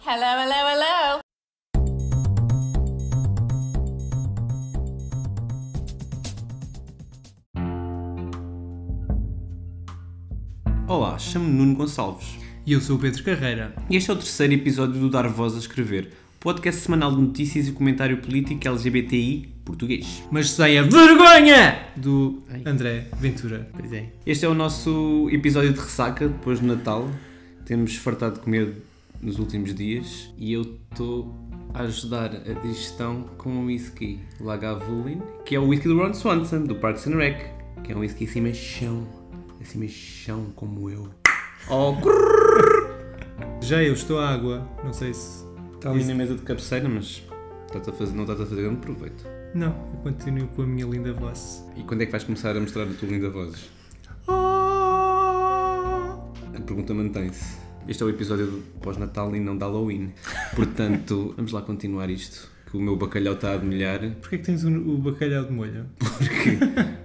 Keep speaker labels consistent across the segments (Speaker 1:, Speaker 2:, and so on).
Speaker 1: Hello, hello, hello.
Speaker 2: Olá, chamo-me Nuno Gonçalves
Speaker 3: E eu sou o Pedro Carreira.
Speaker 2: e este é o terceiro episódio do Dar Voz a Escrever, podcast semanal de notícias e comentário político LGBTI português.
Speaker 3: Mas sei a vergonha do André Ventura.
Speaker 2: Pois é. Este é o nosso episódio de ressaca depois do Natal. Temos fartado de comer nos últimos dias e eu estou a ajudar a digestão com um whisky Lagavulin, que é o whisky do Ron Swanson, do Parks and Rec, que é um whisky assim meio chão, assim meio chão como eu. Oh,
Speaker 3: Já eu estou à água. Não sei se.
Speaker 2: Está ali na É mesa de cabeceira, mas estás a fazer, não estás a fazer grande proveito.
Speaker 3: Não, eu continuo com a minha linda voz.
Speaker 2: E quando é que vais começar a mostrar a tua linda voz? A pergunta mantém-se. Este é o episódio do pós-natal e não de Halloween. Portanto, vamos lá continuar isto, que o meu bacalhau está a demilhar,
Speaker 3: Porquê é que tens o, o bacalhau de molho?
Speaker 2: porque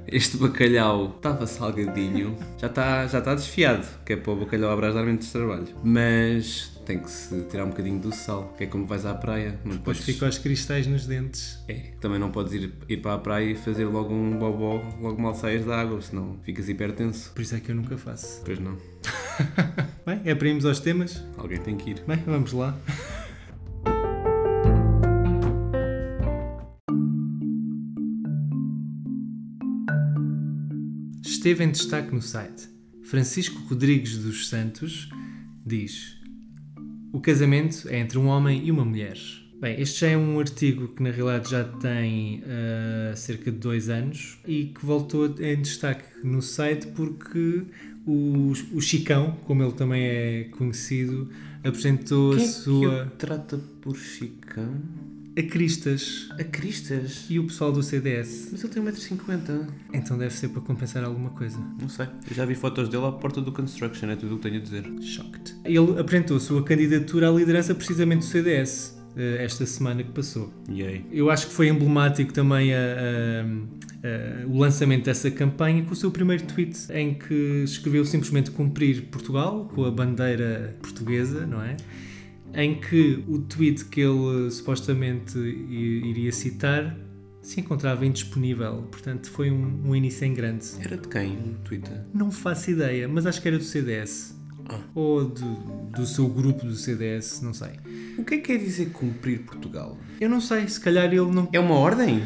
Speaker 2: este bacalhau estava salgadinho, já está, já está desfiado, que é para o bacalhau abrasar menos trabalho. Mas tem que se tirar um bocadinho do sal, que é como vais à praia, não
Speaker 3: Pois
Speaker 2: podes...
Speaker 3: fica aos cristais nos dentes.
Speaker 2: É, também não podes ir, ir para a praia e fazer logo um bobó, logo mal saias da água, senão ficas hipertenso.
Speaker 3: Por isso é que eu nunca faço.
Speaker 2: Pois não,
Speaker 3: Bem, é para irmos aos temas?
Speaker 2: alguém tem que ir.
Speaker 3: Bem, vamos lá. Esteve em destaque no site. Francisco Rodrigues dos Santos diz: O casamento é entre um homem e uma mulher. Bem, este já é um artigo que na realidade já tem ah, cerca de dois anos e que voltou em destaque no site porque o, o Chicão, como ele também é conhecido, apresentou a sua.
Speaker 2: é trata por Chicão?
Speaker 3: a Cristas
Speaker 2: A Cristas?
Speaker 3: e o pessoal do CDS.
Speaker 2: Mas ele tem 1,50m.
Speaker 3: Então deve ser para compensar alguma coisa.
Speaker 2: Não sei, eu já vi fotos dele à porta do Construction, é tudo o que tenho a dizer.
Speaker 3: Shocked. Ele apresentou a sua candidatura à liderança precisamente do CDS eh, esta semana que passou.
Speaker 2: E aí?
Speaker 3: Eu acho que foi emblemático também a- a- a- o lançamento dessa campanha com o seu primeiro tweet em que escreveu simplesmente cumprir Portugal com a bandeira portuguesa, não é? Em que o tweet que ele eh, supostamente i- iria citar se encontrava indisponível. Portanto, foi um, um início em grande.
Speaker 2: Era de quem o Twitter?
Speaker 3: Não faço ideia, mas acho que era do CDS. Ou do, do seu grupo do CDS, não sei.
Speaker 2: O que é que quer dizer cumprir Portugal?
Speaker 3: Eu não sei, se calhar ele não
Speaker 2: É uma ordem?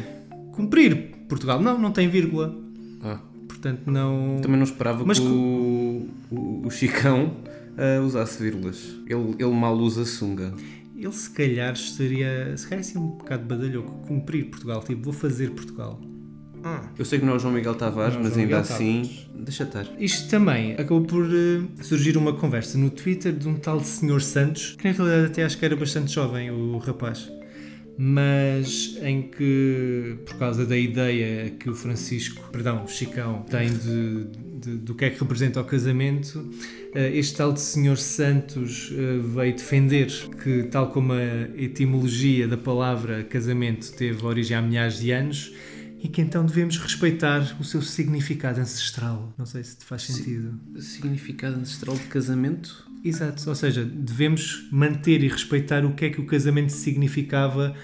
Speaker 3: cumprir. Portugal não, não tem vírgula.
Speaker 2: Ah,
Speaker 3: Portanto, não.
Speaker 2: também não esperava
Speaker 3: Mas
Speaker 2: que o, o, o Chicão ah, usasse vírgulas. Ele, ele mal usa sunga.
Speaker 3: Ele se calhar estaria. Se calhar assim um bocado badalhoco. Cumprir Portugal. Tipo, vou fazer Portugal.
Speaker 2: Eu sei que não é o João Miguel Tavares,
Speaker 3: Não é o
Speaker 2: mas
Speaker 3: João
Speaker 2: ainda
Speaker 3: Miguel
Speaker 2: assim. Deixa estar.
Speaker 3: Isto também acabou por eh, surgir uma conversa no Twitter de um tal Senhor Santos, que na realidade até acho que era bastante jovem o rapaz, mas em que, por causa da ideia que o Francisco, perdão, o Chicão, tem de, de- do que é que representa o casamento, eh, este tal de Senhor Santos eh, veio defender que, tal como a etimologia da palavra casamento teve origem há milhares de anos, e que então devemos respeitar o seu significado ancestral. Não sei se te faz sentido.
Speaker 2: Significado ancestral de casamento?
Speaker 3: Exato, ou seja, devemos manter e respeitar o que é que o casamento significava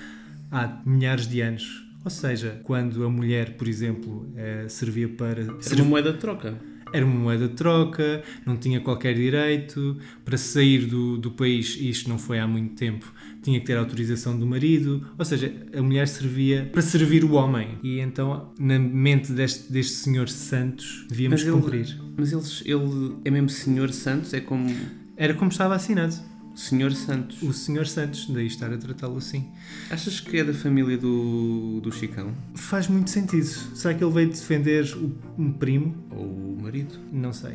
Speaker 3: há milhares de anos. Ou seja, quando a mulher, por exemplo, eh, servia para.
Speaker 2: Era uma moeda de troca.
Speaker 3: Era uma moeda de troca, não tinha qualquer direito. Para sair do, do país, e isto não foi há muito tempo, tinha que ter autorização do marido. Ou seja, a mulher servia para servir o homem. E então, na mente deste, deste senhor Santos, devíamos
Speaker 2: Mas ele-
Speaker 3: cumprir.
Speaker 2: Mas eles, ele é mesmo Senhor Santos, é como
Speaker 3: Era como estava assinado.
Speaker 2: Senhor Santos.
Speaker 3: O senhor Santos, daí estar a tratá-lo assim.
Speaker 2: Achas que é da família do, do Chicão?
Speaker 3: Faz muito sentido. Será que ele veio defender o, um primo?
Speaker 2: Ou o marido?
Speaker 3: Não sei.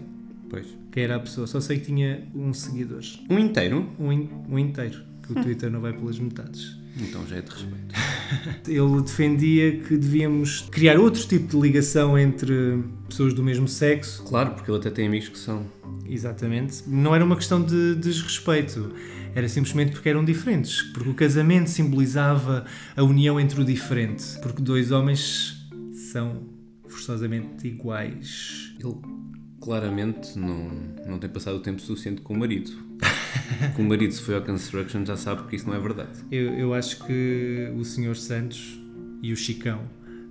Speaker 2: Pois.
Speaker 3: Quem era a pessoa? Só sei que tinha um seguidor.
Speaker 2: Um inteiro?
Speaker 3: Um, in- um inteiro. Que
Speaker 2: Hum.
Speaker 3: o Twitter não vai pelas metades.
Speaker 2: Então já é de respeito.
Speaker 3: Ele defendia que devíamos criar outro tipo de ligação entre pessoas do mesmo sexo.
Speaker 2: Claro, porque ele até tem amigos que são.
Speaker 3: Exatamente. Não era uma questão de desrespeito. Era simplesmente porque eram diferentes. Porque o casamento simbolizava a união entre o diferente. Porque dois homens são forçosamente iguais.
Speaker 2: Ele claramente não, não tem passado o tempo suficiente com o marido. que o marido se foi ao Construction já sabe que isso não é verdade.
Speaker 3: Eu, eu acho que o Sr. Santos e o Chicão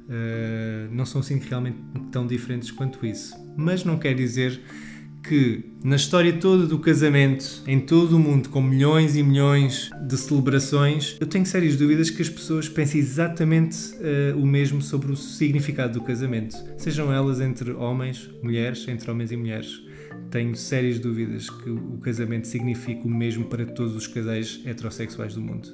Speaker 3: eh, não são assim realmente tão diferentes quanto isso. Mas não quer dizer que na história toda do casamento, em todo o mundo, com milhões e milhões de celebrações, eu tenho sérias dúvidas que as pessoas pensem exatamente eh, o mesmo sobre o significado do casamento, sejam elas entre homens, mulheres, entre homens e mulheres. Tenho sérias dúvidas que o casamento signifique o mesmo para todos os casais heterossexuais do mundo.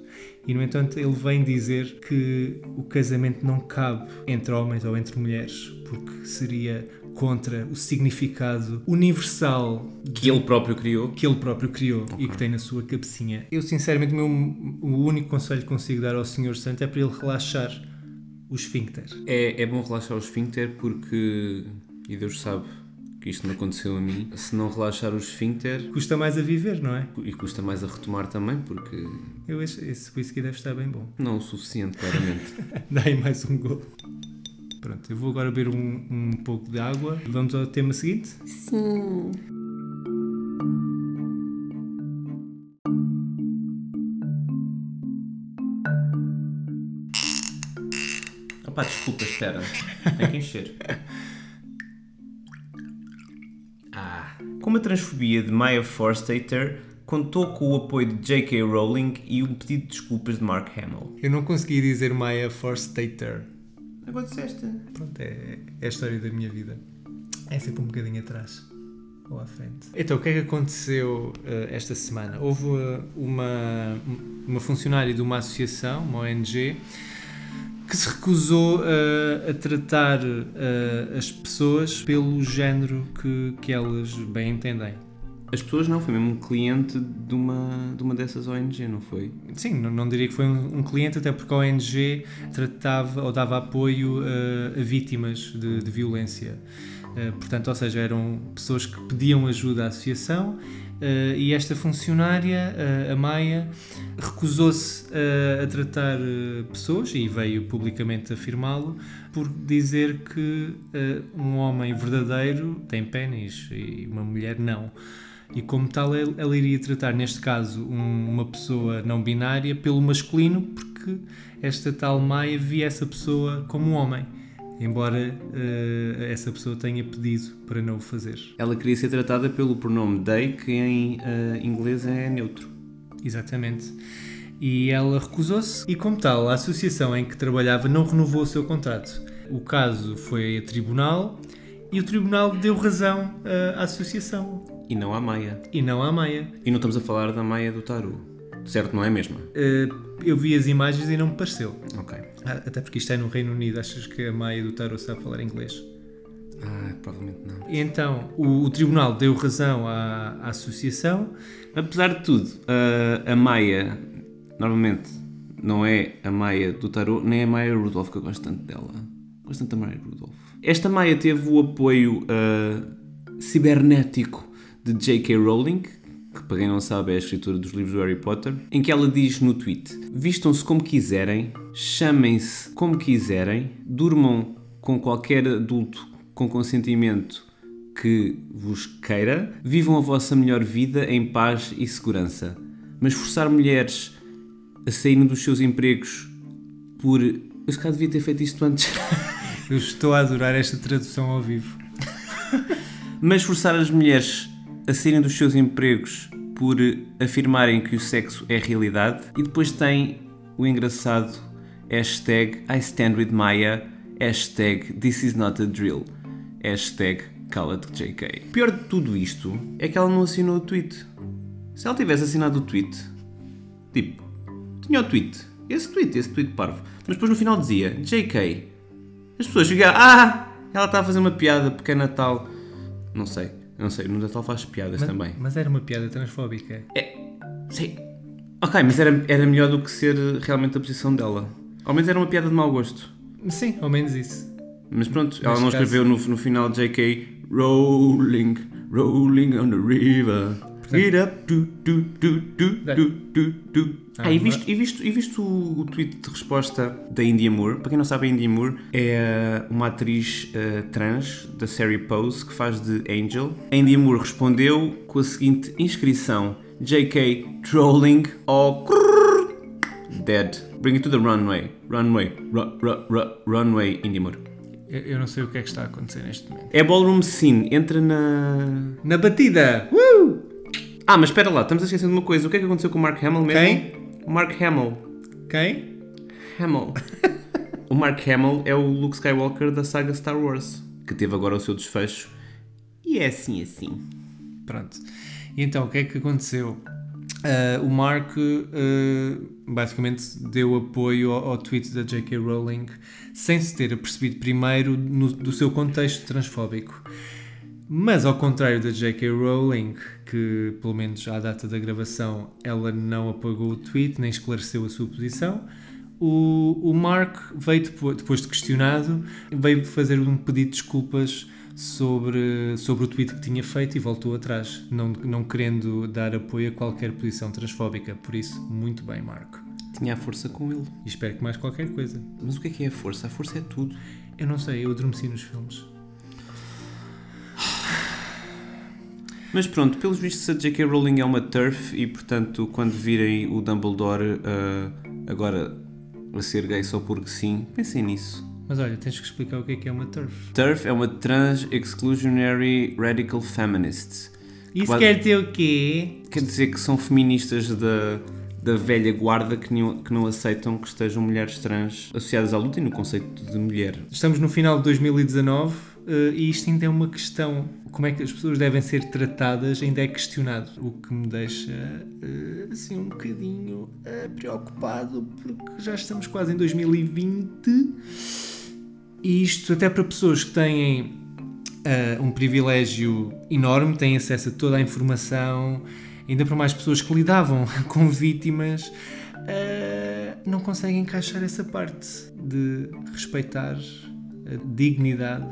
Speaker 3: E, no entanto, ele vem dizer que o casamento não cabe entre homens ou entre mulheres, porque seria contra o significado universal
Speaker 2: Que ele próprio criou.
Speaker 3: que ele próprio criou e que tem na sua cabecinha. Eu, sinceramente, o, meu, o único conselho que consigo dar ao Senhor Santo é para ele relaxar o esfíncter.
Speaker 2: É, é bom relaxar o esfíncter porque, e Deus sabe que isto não aconteceu a mim, se não relaxar o esfíncter,
Speaker 3: Custa mais a viver, não é?
Speaker 2: e custa mais a retomar também, porque
Speaker 3: Eu acho esse whisky deve estar bem bom.
Speaker 2: não o suficiente, claramente.
Speaker 3: Dá-lhe mais um gol. Pronto, eu vou agora beber um, um pouco de água. Vamos ao tema seguinte? Sim.
Speaker 1: Opa, desculpa, espera. Tem que encher. Ah. Como a transfobia de Maya Forstater contou com o apoio de J.K. Rowling e um pedido de desculpas de Mark Hamill.
Speaker 3: Eu não consegui dizer Maya Forstater.
Speaker 1: Agora disseste.
Speaker 3: Pronto, é, é a história da minha vida. É sempre um bocadinho atrás ou à frente. Então, o que é que aconteceu eh, esta semana? Houve eh, uma, uma funcionária de uma associação, uma ONG, que se recusou eh, a tratar eh, as pessoas pelo género que, que elas bem entendem.
Speaker 2: As pessoas não, foi mesmo um cliente de uma, de uma dessas ONG, não foi?
Speaker 3: Sim, não, não diria que foi um, um cliente, até porque a ONG tratava ou dava apoio eh, a vítimas de, de violência. Eh, portanto, ou seja, eram pessoas que pediam ajuda à associação eh, e esta funcionária, eh, a Maia, recusou-se eh, a tratar eh, pessoas e veio publicamente afirmá-lo por dizer que eh, um homem verdadeiro tem pênis e uma mulher não. E como tal, ele- ela iria tratar, neste caso, um- uma pessoa não binária pelo masculino, porque esta tal Maia via essa pessoa como um homem, embora eh, essa pessoa tenha pedido para não o fazer.
Speaker 2: Ela queria ser tratada pelo pronome they, que em ah, inglês é neutro.
Speaker 3: Exatamente. E ela recusou-se, e como tal, a associação em que trabalhava não renovou o seu contrato. O caso foi a tribunal e o tribunal deu razão eh, à associação
Speaker 2: E não a Maia.
Speaker 3: e não à Maia.
Speaker 2: E não estamos a falar da Maia do Taru. Certo, não é a mesma?
Speaker 3: Eh, eu vi as imagens e não me pareceu.
Speaker 2: Ok.
Speaker 3: Ah, Até porque isto é no Reino Unido, achas que a Maia do Tarot sabe falar inglês?
Speaker 2: Ah, provavelmente não.
Speaker 3: Então, o, o tribunal deu razão à, à associação,
Speaker 2: Apesar de tudo, ah, a Maia, normalmente, não é a Maia do Taru, nem a Maia Rudolph, que eu gosto tanto dela. Gosto tanto da Maia Rudolph. Esta Maia teve o apoio ah, cibernético de J.K. Rowling, que para quem não sabe é a escritora dos livros do Harry Potter, em que ela diz no tweet: Vistam-se como quiserem, chamem-se como quiserem, durmam com qualquer adulto com consentimento que vos queira, vivam a vossa melhor vida em paz e segurança. Mas forçar mulheres a saírem dos seus empregos por. Eu se calhar devia ter feito isto antes.
Speaker 3: eu estou a adorar esta tradução ao vivo.
Speaker 2: Mas forçar as mulheres a saírem dos seus empregos por afirmarem que o sexo é realidade. E depois tem o engraçado hashtag I stand with Maya, hashtag this is not a drill, hashtag cala-te JK. Pior de tudo isto é que ela não assinou o tweet. Se ela tivesse assinado o tweet, tipo, tinha o tweet, esse tweet, esse tweet parvo, mas depois no final dizia JK, as pessoas chegaram, ah, ela está a fazer uma piada porque é Natal. Não sei, não sei, no Natal faz piadas também. É,
Speaker 3: Mas era uma piada transfóbica.
Speaker 2: Sim. Ok, mas era, era melhor do que ser realmente a posição dela. Ao menos era uma piada de mau gosto.
Speaker 3: Sim, ao menos isso.
Speaker 2: Mas pronto, ela não
Speaker 3: caso-
Speaker 2: escreveu no, no final JK Rolling, rolling on the river. Get up, do, do, do, do, do, do, do. Ah, e viste, e viste, e viste o, o tweet de resposta da India Moore? Para quem não sabe, a India Moore é uma atriz eh, trans da série Pose que faz de Angel. A India Moore respondeu com a seguinte inscrição: J.K. Trolling ou crrrr, Dead. Bring it to the runway. Runway. Ru- ru- ru- runway, Indimur.
Speaker 3: Eu, eu não sei o que é que está a acontecer neste momento.
Speaker 2: É ballroom scene. Entra na...
Speaker 3: Na batida! Uh!
Speaker 2: Ah, mas espera lá. Estamos a esquecer de uma coisa. O que é que aconteceu com o Mark Hamill mesmo?
Speaker 3: Quem?
Speaker 2: O Mark Hamill.
Speaker 3: Quem?
Speaker 2: Hamill. o Mark Hamill é o Luke Skywalker da saga Star Wars, que teve agora o seu desfecho. E é assim, assim.
Speaker 3: Pronto. E então, o que é que aconteceu? Ah, o Mark ah, basicamente deu apoio ao, ao tweet da J.K. Rowling sem se ter apercebido primeiro no- do seu contexto transfóbico. Mas ao contrário da J.K. Rowling, que pelo menos à data da gravação ela não apagou o tweet nem esclareceu a sua posição, o, o Mark veio depois, depois de questionado, veio fazer um pedido de desculpas sobre, sobre o tweet que tinha feito e voltou atrás, não, não querendo dar apoio a qualquer posição transfóbica. Por isso, muito bem, Mark.
Speaker 2: Tinha a força com ele.
Speaker 3: E espero que mais qualquer coisa.
Speaker 2: Mas o que é que é a força? A força é tudo.
Speaker 3: Eu não sei, eu adormeci nos filmes.
Speaker 2: Mas pronto, pelos vistos a J.K. Rowling é uma turf e portanto quando virem o Dumbledore ah, agora a ser gay só porque sim, pensem nisso.
Speaker 3: Mas olha, tens que explicar o que é que é uma turf.
Speaker 2: TERF é uma Trans Exclusionary Radical Feminist.
Speaker 3: Isso
Speaker 2: Quase-
Speaker 3: quer dizer o quê?
Speaker 2: Quer dizer que são feministas da, da velha guarda que não, que não aceitam que estejam mulheres trans associadas à luta e no conceito de mulher.
Speaker 3: Estamos no final de 2019 eh, e isto ainda é uma questão. Como é que as pessoas devem ser tratadas ainda é questionado. O que me deixa eh, assim um bocadinho eh, preocupado porque já estamos quase em 2020 e isto até para pessoas que têm eh, um privilégio enorme, têm acesso a toda a informação, ainda para mais pessoas que lidavam com vítimas, eh, não conseguem encaixar essa parte de respeitar a dignidade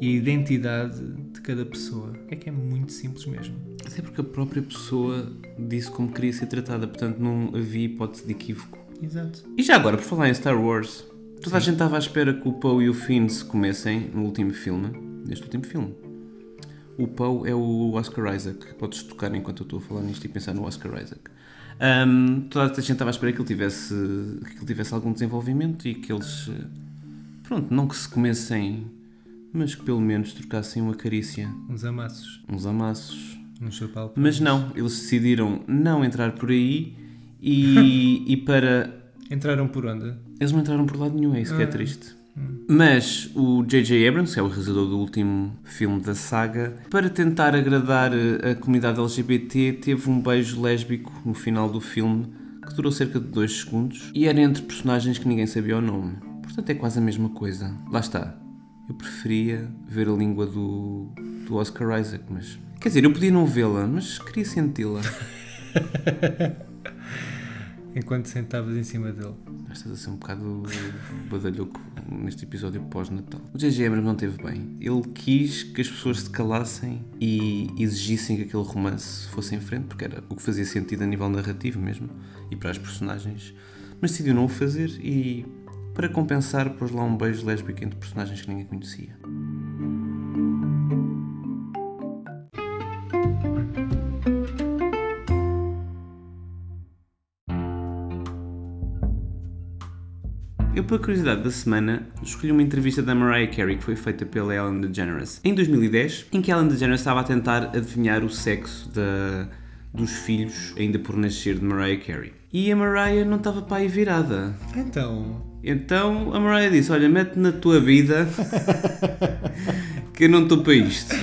Speaker 3: e a identidade de cada pessoa. É que é muito simples mesmo.
Speaker 2: Até porque a própria pessoa disse como queria ser tratada, portanto não havia hipótese de equívoco.
Speaker 3: Exato.
Speaker 2: E já agora, por falar em Star Wars, toda a gente estava à espera que o Poe e o Finn se comessem no último filme, neste último filme. O Poe é o Oscar Isaac. Podes tocar enquanto eu estou a falar nisto e pensar no Oscar Isaac. Ahm, toda a gente estava à espera que ele tivesse que ele tivesse algum desenvolvimento e que eles eh, pronto, não que se comessem, mas que pelo menos trocassem uma carícia,
Speaker 3: Uns amassos,
Speaker 2: uns amassos.
Speaker 3: um chapéu.
Speaker 2: Mas não, eles decidiram não entrar por aí e, e para
Speaker 3: Entraram por onde?
Speaker 2: eles não entraram por lado nenhum, é isso que é triste. Mas o J.J. Abrams, que é o realizador do último filme da saga, para tentar agradar eh, a comunidade LGBT, teve um beijo lésbico no final do filme que durou cerca de 2 segundos e era entre personagens que ninguém sabia o nome. Portanto, é quase a mesma coisa. Lá está. Eu preferia ver a língua do, do Oscar Isaac, mas. Quer dizer, eu podia não vê-la, mas queria senti-la.
Speaker 3: Enquanto sentavas em cima dele.
Speaker 2: Estás a ser um bocado badalhoco neste episódio pós-Natal. O J.J. Abrams não teve bem. Ele quis que as pessoas se calassem e exigissem que aquele romance fosse em frente, porque era o que fazia sentido a nível narrativo mesmo, e para as personagens. Mas decidiu não o fazer e, para compensar, pôs lá um beijo lésbico entre personagens que ninguém conhecia. Eu, pela curiosidade da semana, escolhi uma entrevista da Mariah Carey que foi feita pela Ellen DeGeneres em 2010, em que Ellen DeGeneres estava a tentar adivinhar o sexo da- dos filhos ainda por nascer de Mariah Carey. E a Mariah não estava para aí virada.
Speaker 3: Então,
Speaker 2: Então a Mariah disse: Olha, mete na tua vida que eu não estou para isto.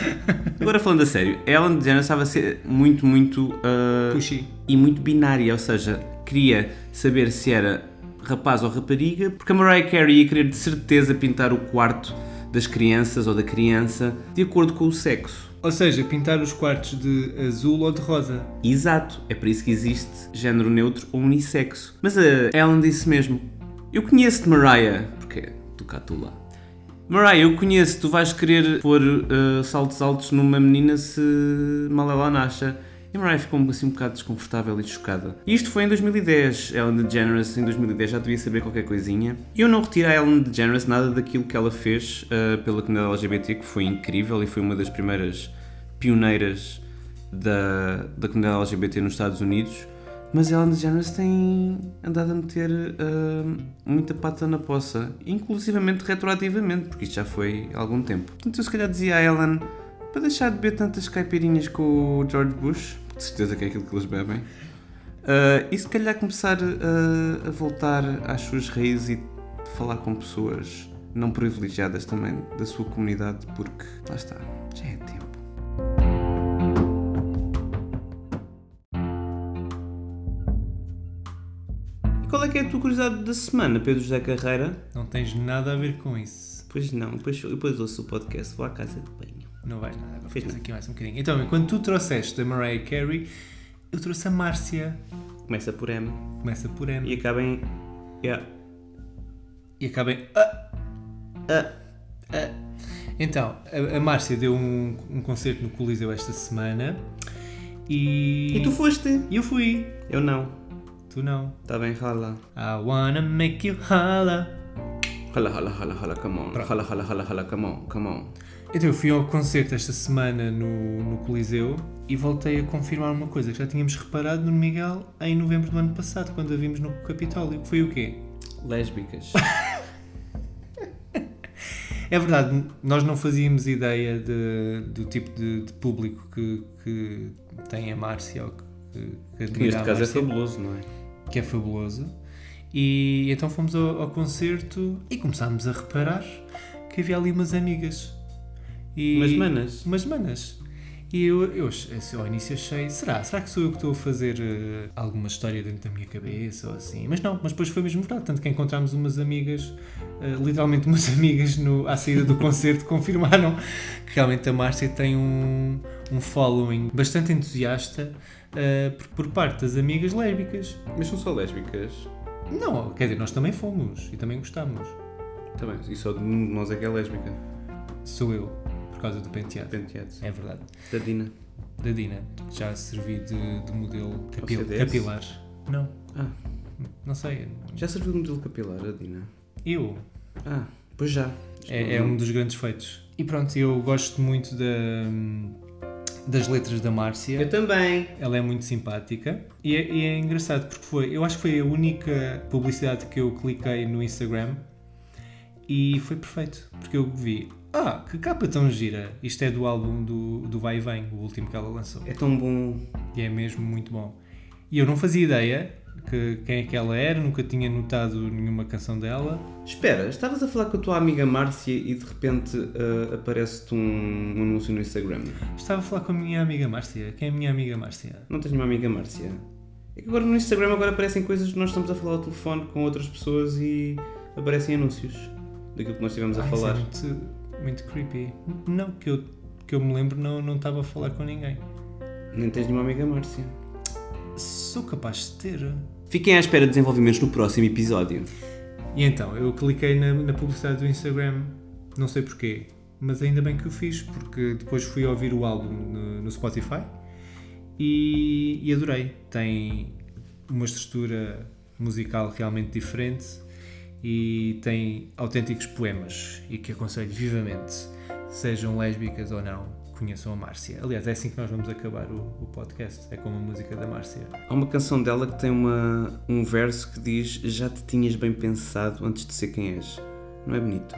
Speaker 2: Agora falando a sério, Ellen DeGeneres estava a ser muito, muito. ah,
Speaker 3: Puxi.
Speaker 2: e muito binária, ou seja, queria saber se era rapaz ou rapariga, porque a Mariah Carey ia querer de certeza pintar o quarto das crianças ou da criança de acordo com o sexo.
Speaker 3: Ou seja, pintar os quartos de azul ou de rosa.
Speaker 2: Exato, é para isso que existe género neutro ou unissexo. Mas a Ellen disse mesmo: Eu conheço-te, Mariah, porque tu cá, tu lá. Mariah, eu conheço, tu vais querer pôr eh, saltos altos numa menina se mal ela nasce. E Mariah ficou assim um bocado desconfortável e chocada. E Isto foi em 2010. Ellen DeGeneres em 2010 já devia saber qualquer coisinha. Eu não retiro a Ellen DeGeneres nada daquilo que ela fez eh, pela comunidade LGBT, que foi incrível e foi uma das primeiras pioneiras da, da comunidade LGBT nos Estados Unidos, mas Ellen DeGeneres tem andado a meter uh, muita pata na poça, inclusivamente retroativamente, porque isto já foi há algum tempo. Portanto, eu se calhar dizia a Ellen para deixar de beber tantas caipirinhas com o George Bush, de certeza que é aquilo que eles bebem, uh, e se calhar começar ah, a, a voltar às suas raízes e falar com pessoas não privilegiadas também da sua comunidade, porque lá está, já é tempo. Qual é que é a tua curiosidade da semana, Pedro José Carreira?
Speaker 3: Não tens nada a ver com isso.
Speaker 2: Pois não, depois, depois ouço o podcast, vou à casa de banho.
Speaker 3: Não vais nada, vou ficar aqui mais um bocadinho. Então, quando tu trouxeste a Mariah Carey, eu trouxe a Márcia.
Speaker 2: Começa por M
Speaker 3: Começa por M.
Speaker 2: e
Speaker 3: E,
Speaker 2: acaba em. Yeah.
Speaker 3: acaba em...
Speaker 2: Ah,
Speaker 3: Então, a, a Márcia deu um, um concerto no Coliseu esta semana e...
Speaker 2: E tu foste?
Speaker 3: E eu fui.
Speaker 2: Eu não.
Speaker 3: Tu não.
Speaker 2: Estava em rala.
Speaker 3: I wanna make you holla.
Speaker 2: Rala, rala, rala, rala, come on. Rala, rala, rala, rala, come on, come on.
Speaker 3: Então, eu fui ao concerto esta semana no, no Coliseu e voltei a confirmar uma coisa que já tínhamos reparado no Miguel em novembro do ano passado, quando a vimos no Capitólio. que Foi o quê?
Speaker 2: Lésbicas.
Speaker 3: É verdade, nós não fazíamos ideia de- do tipo de, de público que, que tem a Márcia ou que, que, que admira
Speaker 2: Neste
Speaker 3: a
Speaker 2: caso é
Speaker 3: Márcia,
Speaker 2: fabuloso, não é?
Speaker 3: que é fabuloso. E então fomos ao, ao concerto e começámos a reparar que havia ali umas amigas. E-
Speaker 2: Mas manas.
Speaker 3: umas manas. E eu, eu ach- assim, ao início achei, será? Será que sou eu que estou a fazer eh, alguma história dentro da minha cabeça ou assim? Mas não, mas depois foi mesmo verdade. Tanto que encontramos umas amigas, eh, literalmente umas amigas no, à saída do concerto, confirmaram que realmente a Márcia tem um, um following bastante entusiasta eh, por, por parte das amigas lésbicas.
Speaker 2: Mas são só lésbicas.
Speaker 3: Não, quer dizer, nós também fomos e também gostámos.
Speaker 2: Tá bem, e só de um de nós é que é lésbica.
Speaker 3: Sou eu, por causa do penteado.
Speaker 2: Penteado.
Speaker 3: É verdade.
Speaker 2: Da Dina.
Speaker 3: da Dina. Já servi de, de modelo capil-
Speaker 2: CDS?
Speaker 3: capilar. Não.
Speaker 2: Ah.
Speaker 3: Não sei.
Speaker 2: Já serviu o modelo capilar, a Dina?
Speaker 3: Eu.
Speaker 2: Ah, pois já.
Speaker 3: É, é um dos grandes feitos. E pronto, eu gosto muito da, das letras da Márcia.
Speaker 2: Eu também.
Speaker 3: Ela é muito simpática. E é, e é engraçado porque foi. Eu acho que foi a única publicidade que eu cliquei no Instagram. E foi perfeito. Porque eu vi. Ah, que capa tão gira! Isto é do álbum do, do Vai e Vem, o último que ela lançou.
Speaker 2: É tão bom.
Speaker 3: E é mesmo muito bom. E eu não fazia ideia que quem é que ela era, nunca tinha notado nenhuma canção dela.
Speaker 2: Espera, estavas a falar com a tua amiga Márcia e de repente ah, aparece-te um, um anúncio no Instagram.
Speaker 3: Estava a falar com a minha amiga Márcia. Quem é a minha amiga Márcia?
Speaker 2: Não tens nenhuma amiga Márcia? É que agora no Instagram agora aparecem coisas que nós estamos a falar ao telefone com outras pessoas e aparecem anúncios daquilo que nós estivemos a
Speaker 3: Ai,
Speaker 2: falar.
Speaker 3: isso é muito, muito creepy. Não, que eu, que eu me lembro não, não estava a falar com ninguém.
Speaker 2: Nem tens nenhuma amiga Márcia.
Speaker 3: Sou capaz de ter.
Speaker 2: Fiquem à espera de desenvolvimentos no próximo episódio.
Speaker 3: E então, eu cliquei na, na publicidade do Instagram, não sei porquê, mas ainda bem que o fiz, porque depois fui ouvir o álbum no, no Spotify e, e adorei. Tem uma estrutura musical realmente diferente e tem autênticos poemas e que aconselho vivamente, sejam lésbicas ou não, conheçam a Márcia. Aliás, é assim que nós vamos acabar o, o podcast, é com uma música da Márcia.
Speaker 2: Há uma canção dela que tem uma, um verso que diz Já te tinhas bem pensado antes de ser quem és. Não é bonito?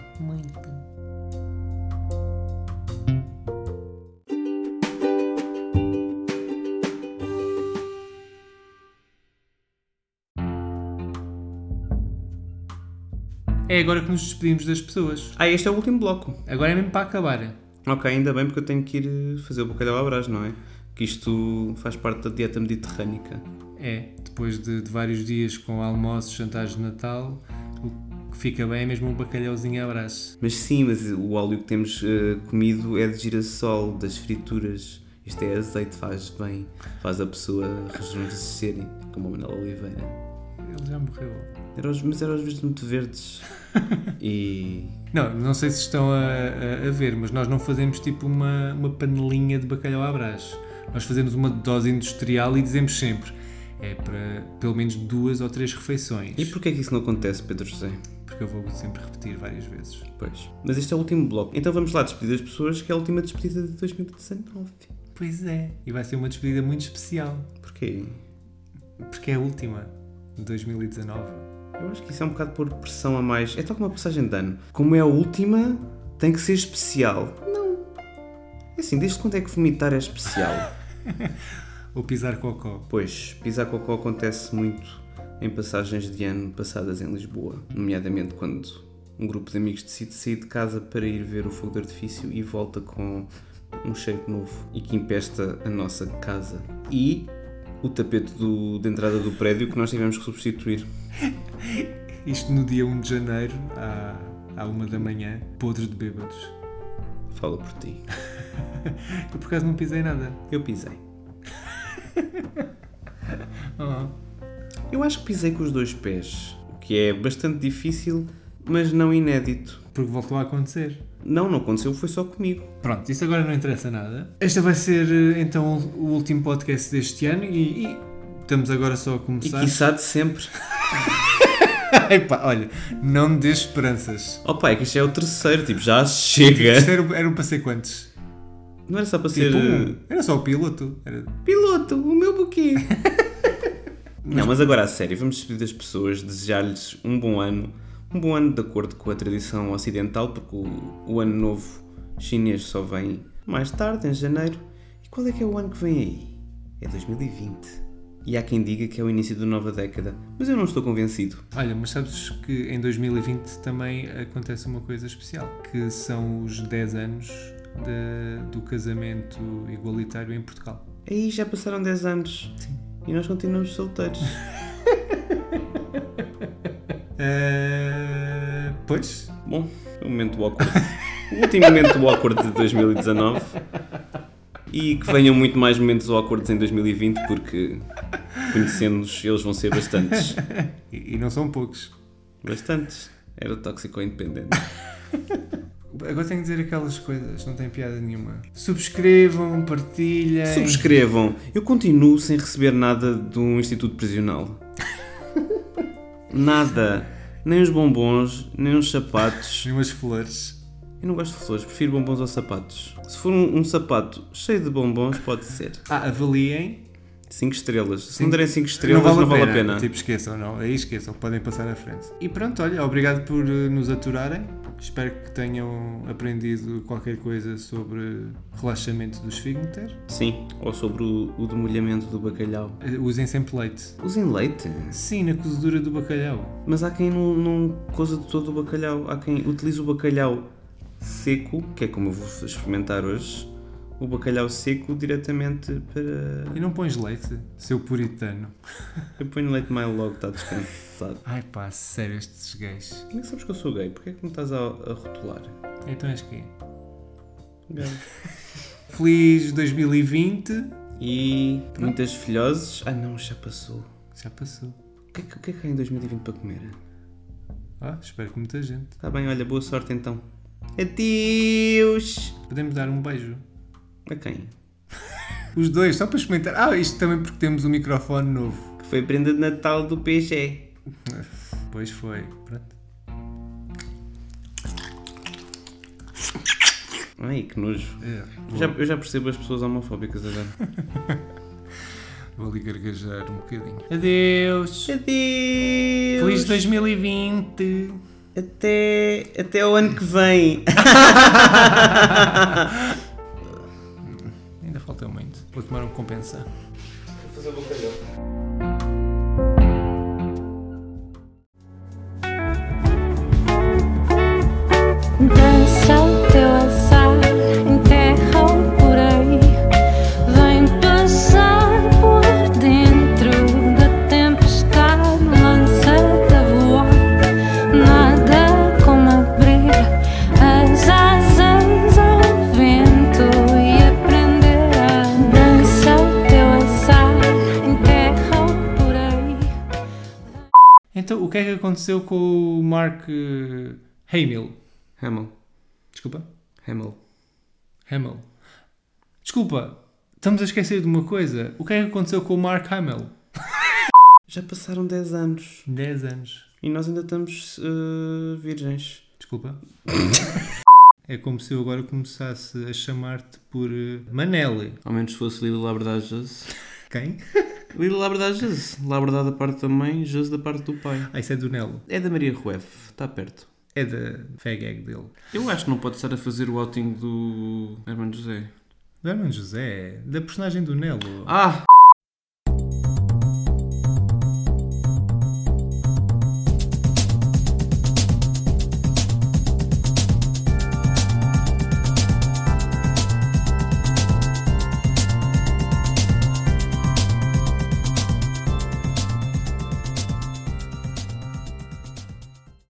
Speaker 3: É agora que nos despedimos das pessoas.
Speaker 2: Ah, este é o último bloco.
Speaker 3: Agora é mesmo para acabar.
Speaker 2: Ok, ainda bem porque eu tenho que ir eh, fazer o bacalhau à brás, não é? Que isto faz parte da dieta mediterrânica.
Speaker 3: É, depois de, de vários dias com almoços, jantares de Natal, o que fica bem é mesmo um bacalhauzinho à brás.
Speaker 2: Mas sim, mas o óleo que temos eh, comido é de girassol, das frituras. Isto é azeite, faz bem. Faz a pessoa rejuvenescer, como a Manuela Oliveira.
Speaker 3: Ele já morreu.
Speaker 2: Era os- mas eram os verdes muito verdes. E
Speaker 3: Não, não sei se estão a, a- a ver, mas nós não fazemos tipo uma, uma panelinha de bacalhau à brás. Nós fazemos uma dose industrial e dizemos sempre, é para pelo menos duas ou três refeições.
Speaker 2: E porquê é que isso não acontece, Pedro José?
Speaker 3: Porque eu vou sempre repetir várias vezes.
Speaker 2: Pois. Mas este é o último bloco. Então vamos lá despedir as pessoas, que é a última despedida de 2019.
Speaker 3: Pois é. E vai ser uma despedida muito especial.
Speaker 2: Porquê?
Speaker 3: Porque é a última de 2019.
Speaker 2: Eu acho que isso é um bocado por pressão a mais. É tal como uma passagem de ano. Como é a última, tem que ser especial. Não. É assim, desde quando é que vomitar é especial?
Speaker 3: Ou pisar cocó.
Speaker 2: pois, pisar cocó acontece muito em passagens de ano passadas em Lisboa. Nomeadamente quando um grupo de amigos decide sair de casa para ir ver o fogo de artifício e volta com um cheiro novo e que empesta a nossa casa. E o tapete do, de entrada do prédio que nós tivemos que substituir.
Speaker 3: Isto no dia 1 de janeiro, à, à uma da manhã, podre de bêbados.
Speaker 2: Fala por ti.
Speaker 3: Eu por acaso não pisei nada.
Speaker 2: Eu pisei.
Speaker 3: Oh.
Speaker 2: Eu acho que pisei com os dois pés, o que é bastante difícil, mas não inédito.
Speaker 3: Porque voltou a acontecer.
Speaker 2: Não, não aconteceu, foi só comigo.
Speaker 3: Pronto, isso agora não interessa nada. Este vai ser eh, então o último podcast deste ano e, e estamos agora só a
Speaker 2: E
Speaker 3: começar.
Speaker 2: quiçá de sempre.
Speaker 3: Epá, olha, não me dês esperanças.
Speaker 2: Oh pai, que isto é o terceiro, tipo, já chega.
Speaker 3: Isto era, era para ser quantos?
Speaker 2: Não era só para ser
Speaker 3: Tipo
Speaker 2: eh,
Speaker 3: um. Era só o piloto. Era...
Speaker 2: piloto, o meu buquê. não, mas agora a sério, vamos despedir das pessoas, desejar-lhes um bom ano. Um bom ano de acordo com a tradição ocidental, porque o, o ano novo chinês só vem mais tarde, em janeiro. E qual é que é o ano que vem aí? É 2020. E há quem diga que é o início da nova década, mas eu não estou convencido.
Speaker 3: Olha, mas sabes que em 2020 também acontece uma coisa especial, que são os 10 anos da- do casamento igualitário em Portugal.
Speaker 2: Aí já passaram 10 anos. E nós continuamos solteiros.
Speaker 3: Eh, pois,
Speaker 2: Bom, é um momento awkward. o último momento awkward de 2019. E que venham muito mais momentos awkwards em 2020, porque conhecendo-nos, eles vão ser bastantes.
Speaker 3: e, e não são poucos.
Speaker 2: Bastantes. Era tóxico ou independente.
Speaker 3: Agora tenho que dizer aquelas coisas, não tem piada nenhuma. Subscrevam, partilhem.
Speaker 2: Subscrevam. Eu continuo sem receber nada de um instituto prisional. Nada. Nem os bombons, nem os sapatos.
Speaker 3: umas flores.
Speaker 2: Eu não gosto de flores, prefiro bombons ou sapatos. Se for um, um sapato cheio de bombons, pode ser.
Speaker 3: Ah, avaliem.
Speaker 2: 5 estrelas. Se não derem 5 estrelas, não vale, a pena.
Speaker 3: Tipo, esqueçam, não. Aí esqueçam, podem passar à frente. E pronto, olha, obrigado por eh, nos aturarem. Espero que tenham aprendido qualquer coisa sobre relaxamento do esfíncter.
Speaker 2: Sim, ou sobre o, o demolhamento do bacalhau.
Speaker 3: Eh, Usem sempre leite.
Speaker 2: Usem leite.
Speaker 3: Sim, na cozedura do bacalhau.
Speaker 2: Mas há quem não, não coisa de todo o bacalhau. Há quem utiliza o bacalhau seco, que é como eu vou experimentar hoje, o bacalhau seco diretamente para.
Speaker 3: E não pões leite, seu puritano.
Speaker 2: Eu ponho leite mais logo, está descansado.
Speaker 3: Ai pá, sério, estes gays.
Speaker 2: Como é que sabes que eu sou gay? Porquê é que me estás a, a rotular?
Speaker 3: Então és quê?
Speaker 2: Gay.
Speaker 3: Feliz 2020.
Speaker 2: E muitas filhoses. Ah não, já passou.
Speaker 3: Já passou.
Speaker 2: O que é que, o que, é que há em 2020 para comer?
Speaker 3: Ah, espero que muita gente.
Speaker 2: Tá bem, olha, boa sorte então. Adeus!
Speaker 3: Podemos dar um beijo.
Speaker 2: A quem?
Speaker 3: Os dois, só para experimentar. Ah, isto também porque temos um microfone novo.
Speaker 2: Que foi prenda de Natal do PG.
Speaker 3: Pois foi. Pronto.
Speaker 2: Ai, que nojo.
Speaker 3: É,
Speaker 2: Eu já- eu já percebo as pessoas homofóbicas agora.
Speaker 3: Vou ali gargajar um bocadinho. Adeus.
Speaker 2: Adeus!
Speaker 3: Feliz 2020.
Speaker 2: Até, até o ano que vem.
Speaker 3: Ainda falta muito. Vou tomar um compensa.
Speaker 1: Dança o teu azar em terra ou por aí. Vem passar por dentro da tempestade, lança-te a voar. Nada como abrir as asas ao vento e aprender a dançar o teu azar em terra ou por aí.
Speaker 3: Então, o que é que aconteceu com o Mark eh, Hamill?
Speaker 2: Hamill.
Speaker 3: Desculpa.
Speaker 2: Hamill.
Speaker 3: Hamill. Desculpa. Estamos a esquecer de uma coisa. O que é que aconteceu com o Mark Hamill?
Speaker 2: Já passaram 10 anos
Speaker 3: 10 anos.
Speaker 2: e nós ainda estamos eh, virgens.
Speaker 3: Desculpa. É como se eu agora começasse a chamar-te por uh, Manelli.
Speaker 2: Ao menos fosse Lila Labrador Jose.
Speaker 3: Quem?
Speaker 2: Lila Labrador Jose. Labrador da parte da mãe, Jose da parte do pai.
Speaker 3: Ah, isso é do Nelo.
Speaker 2: É da Maria Rueff, está perto.
Speaker 3: É da fag egg dele.
Speaker 2: Eu acho que não pode estar a fazer o outing do Hermano José.
Speaker 3: Do Hermano José, da um personagem do Nelo.
Speaker 2: Ah!